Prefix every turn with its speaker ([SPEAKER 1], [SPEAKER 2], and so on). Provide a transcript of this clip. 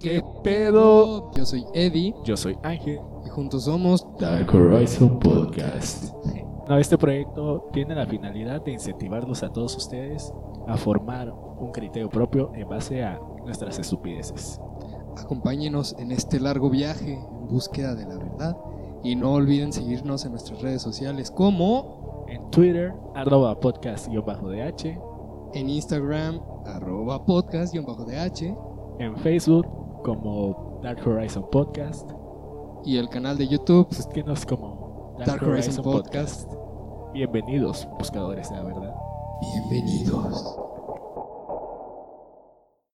[SPEAKER 1] ¿Qué pedo? Yo soy Eddie
[SPEAKER 2] Yo soy Ángel.
[SPEAKER 1] y juntos somos
[SPEAKER 2] Dark Horizon Podcast. No, este proyecto tiene la finalidad de incentivarlos a todos ustedes a formar un criterio propio en base a nuestras estupideces.
[SPEAKER 1] Acompáñenos en este largo viaje en búsqueda de la verdad y no olviden seguirnos en nuestras redes sociales como
[SPEAKER 2] En Twitter, arroba podcast-dh,
[SPEAKER 1] en Instagram arroba podcast-dh
[SPEAKER 2] en Facebook como Dark Horizon Podcast,
[SPEAKER 1] y el canal de YouTube
[SPEAKER 2] búsquenos como
[SPEAKER 1] Dark Horizon Podcast.
[SPEAKER 2] Bienvenidos, buscadores de la verdad.
[SPEAKER 1] Bienvenidos.